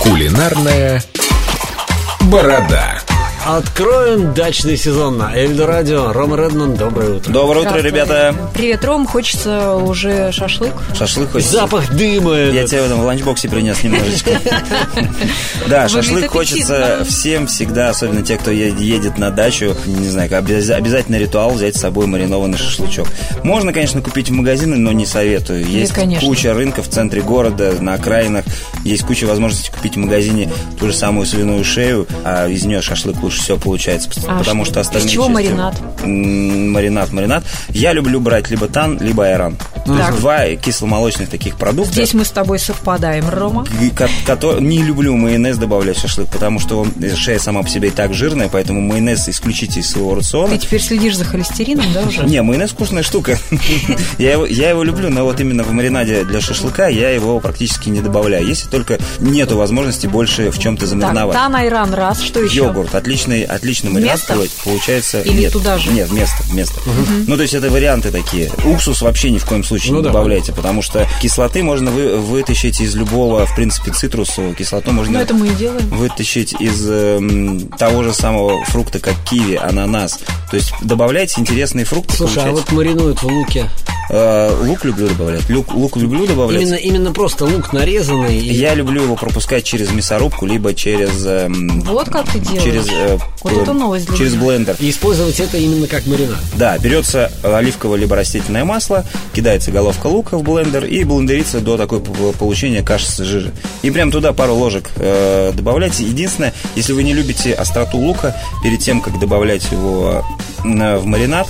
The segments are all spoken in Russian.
Кулинарная борода. Откроем дачный сезон на Эльдорадио. Рома Редман, доброе утро. Доброе утро, ребята. Привет, Ром. Хочется уже шашлык. Шашлык хочется. Запах дыма. Я этот. тебе в этом ланчбоксе принес немножечко. Да, шашлык аппетитно. хочется всем всегда, особенно те, кто е- едет на дачу. Не знаю, как обяз- обязательно ритуал взять с собой маринованный шашлычок. Можно, конечно, купить в магазины, но не советую. Есть конечно. куча рынков в центре города, на окраинах. Есть куча возможностей купить в магазине ту же самую свиную шею, а из нее шашлык лучше всего получается, А потому что из остальные чего части- маринад? М, маринад, маринад. Я люблю брать либо тан, либо айран. То есть Так. два кисломолочных таких продукта. Здесь мы с тобой совпадаем, Рома. Ко- кото- Не люблю майонез добавлять в шашлык, потому что он- э, шея сама по себе и так жирная, поэтому майонез исключите из своего рациона. Ты теперь следишь за холестерином, да, уже? Не, майонез вкусная штука. я, его, я его люблю, но вот именно в маринаде для шашлыка я его практически не добавляю. Если только нету возможности больше в чем-то Так, замариновать. тан, айран, раз. Что еще? Йогурт, отличный, отличный маринад Вместо? получ- получается. Или нет, туда же? Нет, вместо, вместо. Ну, то есть это варианты такие. Уксус вообще ни в коем случае Ну не да. добавляйте, потому что кислоты можно вы- вытащить из любого, в принципе, цитрусу. Кислоту можно Ну, это мы и делаем. вытащить из эм, того же самого фрукта, как киви, ананас. То есть добавляйте интересные фрукты. Слушай, а получайте. вот маринуют в луке. Э, лук люблю добавлять. Люк- лук люблю добавлять. Именно, именно просто лук нарезанный. и- Я люблю его пропускать через мясорубку, либо через... эм, Вот как ты делаешь. через э, Вот это новость для через меня. блендер. И использовать это именно как маринад. Да, берется э, оливковое либо растительное масло, кидается головка лука в блендер и блендерится до такой п- получения каши с жира. И прям туда пару ложек э, добавляйте. Единственное, если вы не любите остроту лука, перед тем, как добавлять его э, на- в маринад,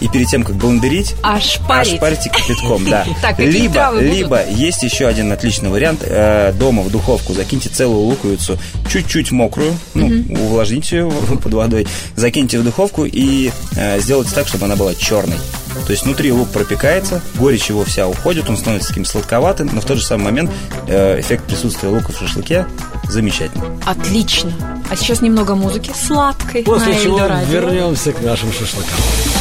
и перед тем, как блендерить, Ошпарить. ошпарьте кипятком, да. Так, какие Либо, травы будут? либо есть еще один отличный вариант. э, Дома в духовку закиньте целую луковицу, чуть-чуть мокрую, ну, увлажните ее под водой, закиньте в духовку и э, сделайте так, чтобы она была черной. То есть внутри лук пропекается, горечь его вся уходит, он становится таким сладковатым, но в тот же самый момент э, эффект присутствия лука в шашлыке замечательный. Отлично. А сейчас немного музыки сладкой После на чего Эльдорадио. вернемся к нашим шашлыкам.